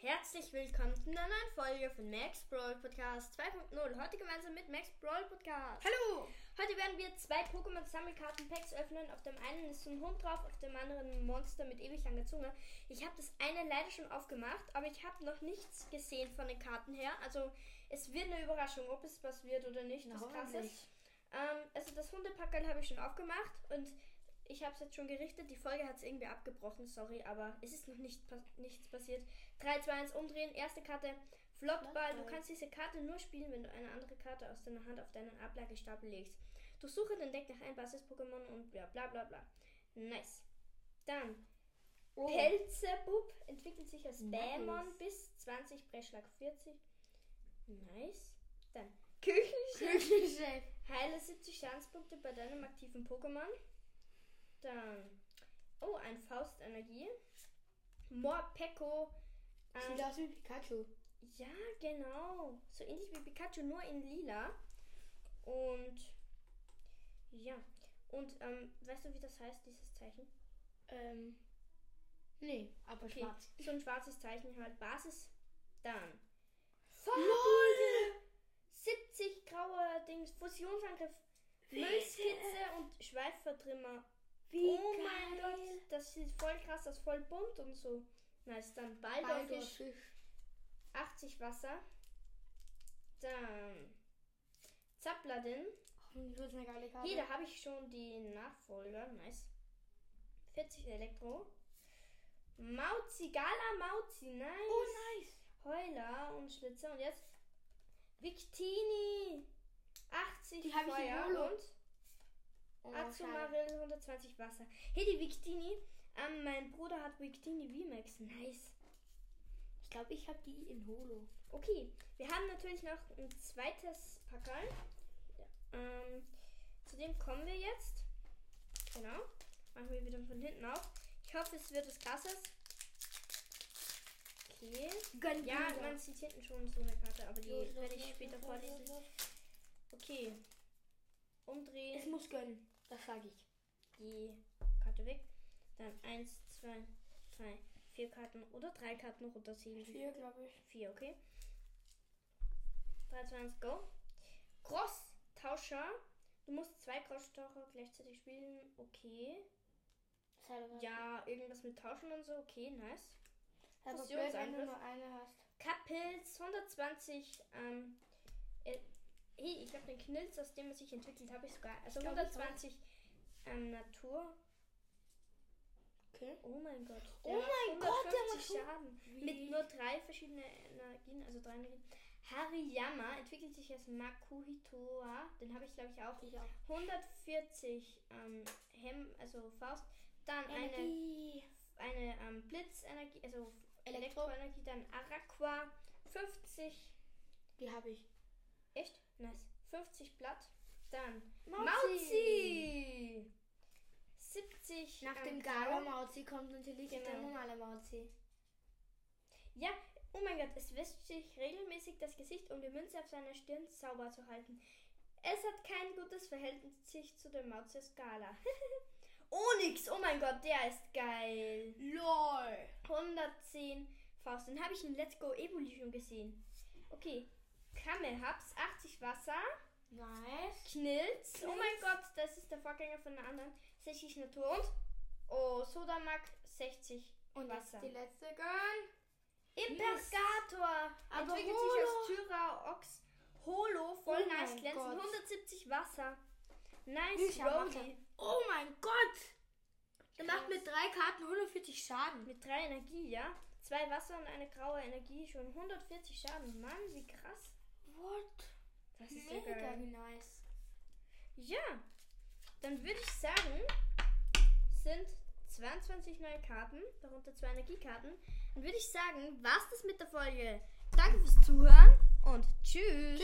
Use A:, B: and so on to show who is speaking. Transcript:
A: Herzlich willkommen zu einer neuen Folge von Max Brawl Podcast 2.0. Heute gemeinsam mit Max Brawl Podcast.
B: Hallo!
A: Heute werden wir zwei Pokémon Sammelkarten Packs öffnen. Auf dem einen ist so ein Hund drauf, auf dem anderen ein Monster mit ewig langer Zunge. Ich habe das eine leider schon aufgemacht, aber ich habe noch nichts gesehen von den Karten her. Also es wird eine Überraschung, ob es was wird oder nicht.
B: Na,
A: was krass
B: hoffentlich.
A: ist. Ähm, also das Hundepackerl habe ich schon aufgemacht und ich habe es jetzt schon gerichtet. Die Folge hat es irgendwie abgebrochen, sorry, aber es ist noch nicht pas nichts passiert. 3, 2, 1 umdrehen. Erste Karte, Flopball. Du
B: Flopball.
A: kannst diese Karte nur spielen, wenn du eine andere Karte aus deiner Hand auf deinen Ablagestapel legst. Durchsuche den Deck nach einem Basis-Pokémon und bla bla bla bla. Nice. Dann,
B: Oh.
A: Pelzebub entwickelt sich als
B: Nice.
A: Bämon bis 20, Breschlag 40. Nice. Dann, Küchenchef.
B: Küchenchef.
A: Heile 70 Schadenspunkte bei deinem aktiven Pokémon. Dann. Oh, ein Faustenergie. Morpeko.
B: Sieht
A: Ähm,
B: aus wie Pikachu.
A: ja, genau. So ähnlich wie Pikachu, nur in lila. Und. Ja. Und ähm, weißt du, wie das heißt, dieses Zeichen?
B: Ähm. Nee, aber
A: Okay,
B: schwarz.
A: so ein schwarzes Zeichen halt. Basis. Dann.
B: LOL!
A: 70 graue Dings. Fusionsangriff. Müllskizze und Schweifvertrimmer.
B: Wie
A: oh mein
B: geil.
A: Gott, das sieht voll krass, das ist voll bunt und so. Nice, dann Baldorfisch,
B: Fisch.
A: 80 Wasser. Dann Zapladin.
B: Hoffentlich wird eine geile Karte.
A: Hier, da habe ich schon die Nachfolger, nice. 40 Elektro. Mauzi, Gala Mauzi, nice.
B: Oh, nice.
A: Heuler und Schlitzer und jetzt Victini. 80
B: Die habe ich in
A: Feuer
B: Holo.
A: und
B: Oh, schade.
A: Azumarill 120 Wasser. Hey, die Victini. Ähm, mein Bruder hat Victini VMAX. Nice.
B: Ich glaube, ich habe die in Holo.
A: Okay, wir haben natürlich noch ein zweites Packerl. Ja. Ähm, zu dem kommen wir jetzt. Genau. Machen wir wieder von hinten auf. Ich hoffe, es wird was krasses. Okay.
B: Gönn
A: Ja, man sieht hinten schon so eine Karte, aber die werde ich später vorlesen. Okay. Umdrehen.
B: Es muss gönnen. Das sage ich.
A: die Karte weg. Dann 1, 2, 3, 4 Karten oder 3 Karten runterziehen.
B: Vier, glaube ich.
A: 4, okay. 3, 2, 1, go. Cross-Tauscher. Du musst zwei Cross-Taucher gleichzeitig spielen. Okay. Ja, irgendwas mit Tauschen und so. Okay, nice.
B: aber blöd, wenn du
A: Fusionsangriff.
B: nur eine hast.
A: Kappels, 120. Ähm, äh, hey, ich habe den Knilz, aus dem es sich entwickelt, habe ich sogar. Also
B: glaub, ich auch.
A: 120 ähm, Natur.
B: Okay.
A: Oh mein Gott.
B: Oh mein Gott, der macht
A: 150 Schaden.
B: Wie?
A: Mit nur drei verschiedenen Energien, also drei Energien. Hariyama entwickelt sich als Makuhitoa. Den habe ich, glaube ich, auch.
B: Ich auch.
A: 140 ähm, Hem, also Faust. Dann eine, eine ähm, Blitzenergie, also
B: Elektro.
A: Elektroenergie. Dann Araqua. 50.
B: Die habe ich.
A: Echt? Nice. 50 Blatt. Dann
B: Mauzi.
A: Mauzi. 70.
B: Nach
A: ähm,
B: dem
A: Grau.
B: Gala-Mauzi kommt natürlich
A: Genau.
B: der normale Mauzi.
A: Ja, oh mein Gott, es wäscht sich regelmäßig das Gesicht, um die Münze auf seiner Stirn sauber zu halten. Es hat kein gutes Verhältnis sich zu der Maut der Skala. Onyx, oh mein Gott, der ist geil.
B: LOL!
A: 110 Faust, den habe ich in Let's Go Evoli schon gesehen. Okay, Kamelhaps, 80 Wasser,
B: Nice.
A: Knilz, oh mein
B: Knilz.
A: Gott, das ist der Vorgänger von einer anderen, 60 Natur und oh, Sodamak, 60
B: Und
A: Wasser.
B: jetzt die letzte Girl.
A: Impergator
B: Aber
A: entwickelt
B: Holo-
A: sich als Tyra Ochs. Holo, voll
B: Oh
A: nice,
B: mein
A: glänzend,
B: Gott.
A: 170 Wasser. Nice,
B: Roadie.
A: Rowdy.
B: Oh mein Gott! Er macht mit drei Karten 140 Schaden.
A: Mit drei Energie, ja? Zwei Wasser und eine graue Energie, schon 140 Schaden. Mann, wie krass.
B: What?
A: Das ist ja
B: Mega
A: geil.
B: nice.
A: Ja, dann würde ich sagen, sind 22 neue Karten, darunter zwei Energiekarten. Dann würde ich sagen, war's das mit der Folge. Danke fürs Zuhören und tschüss.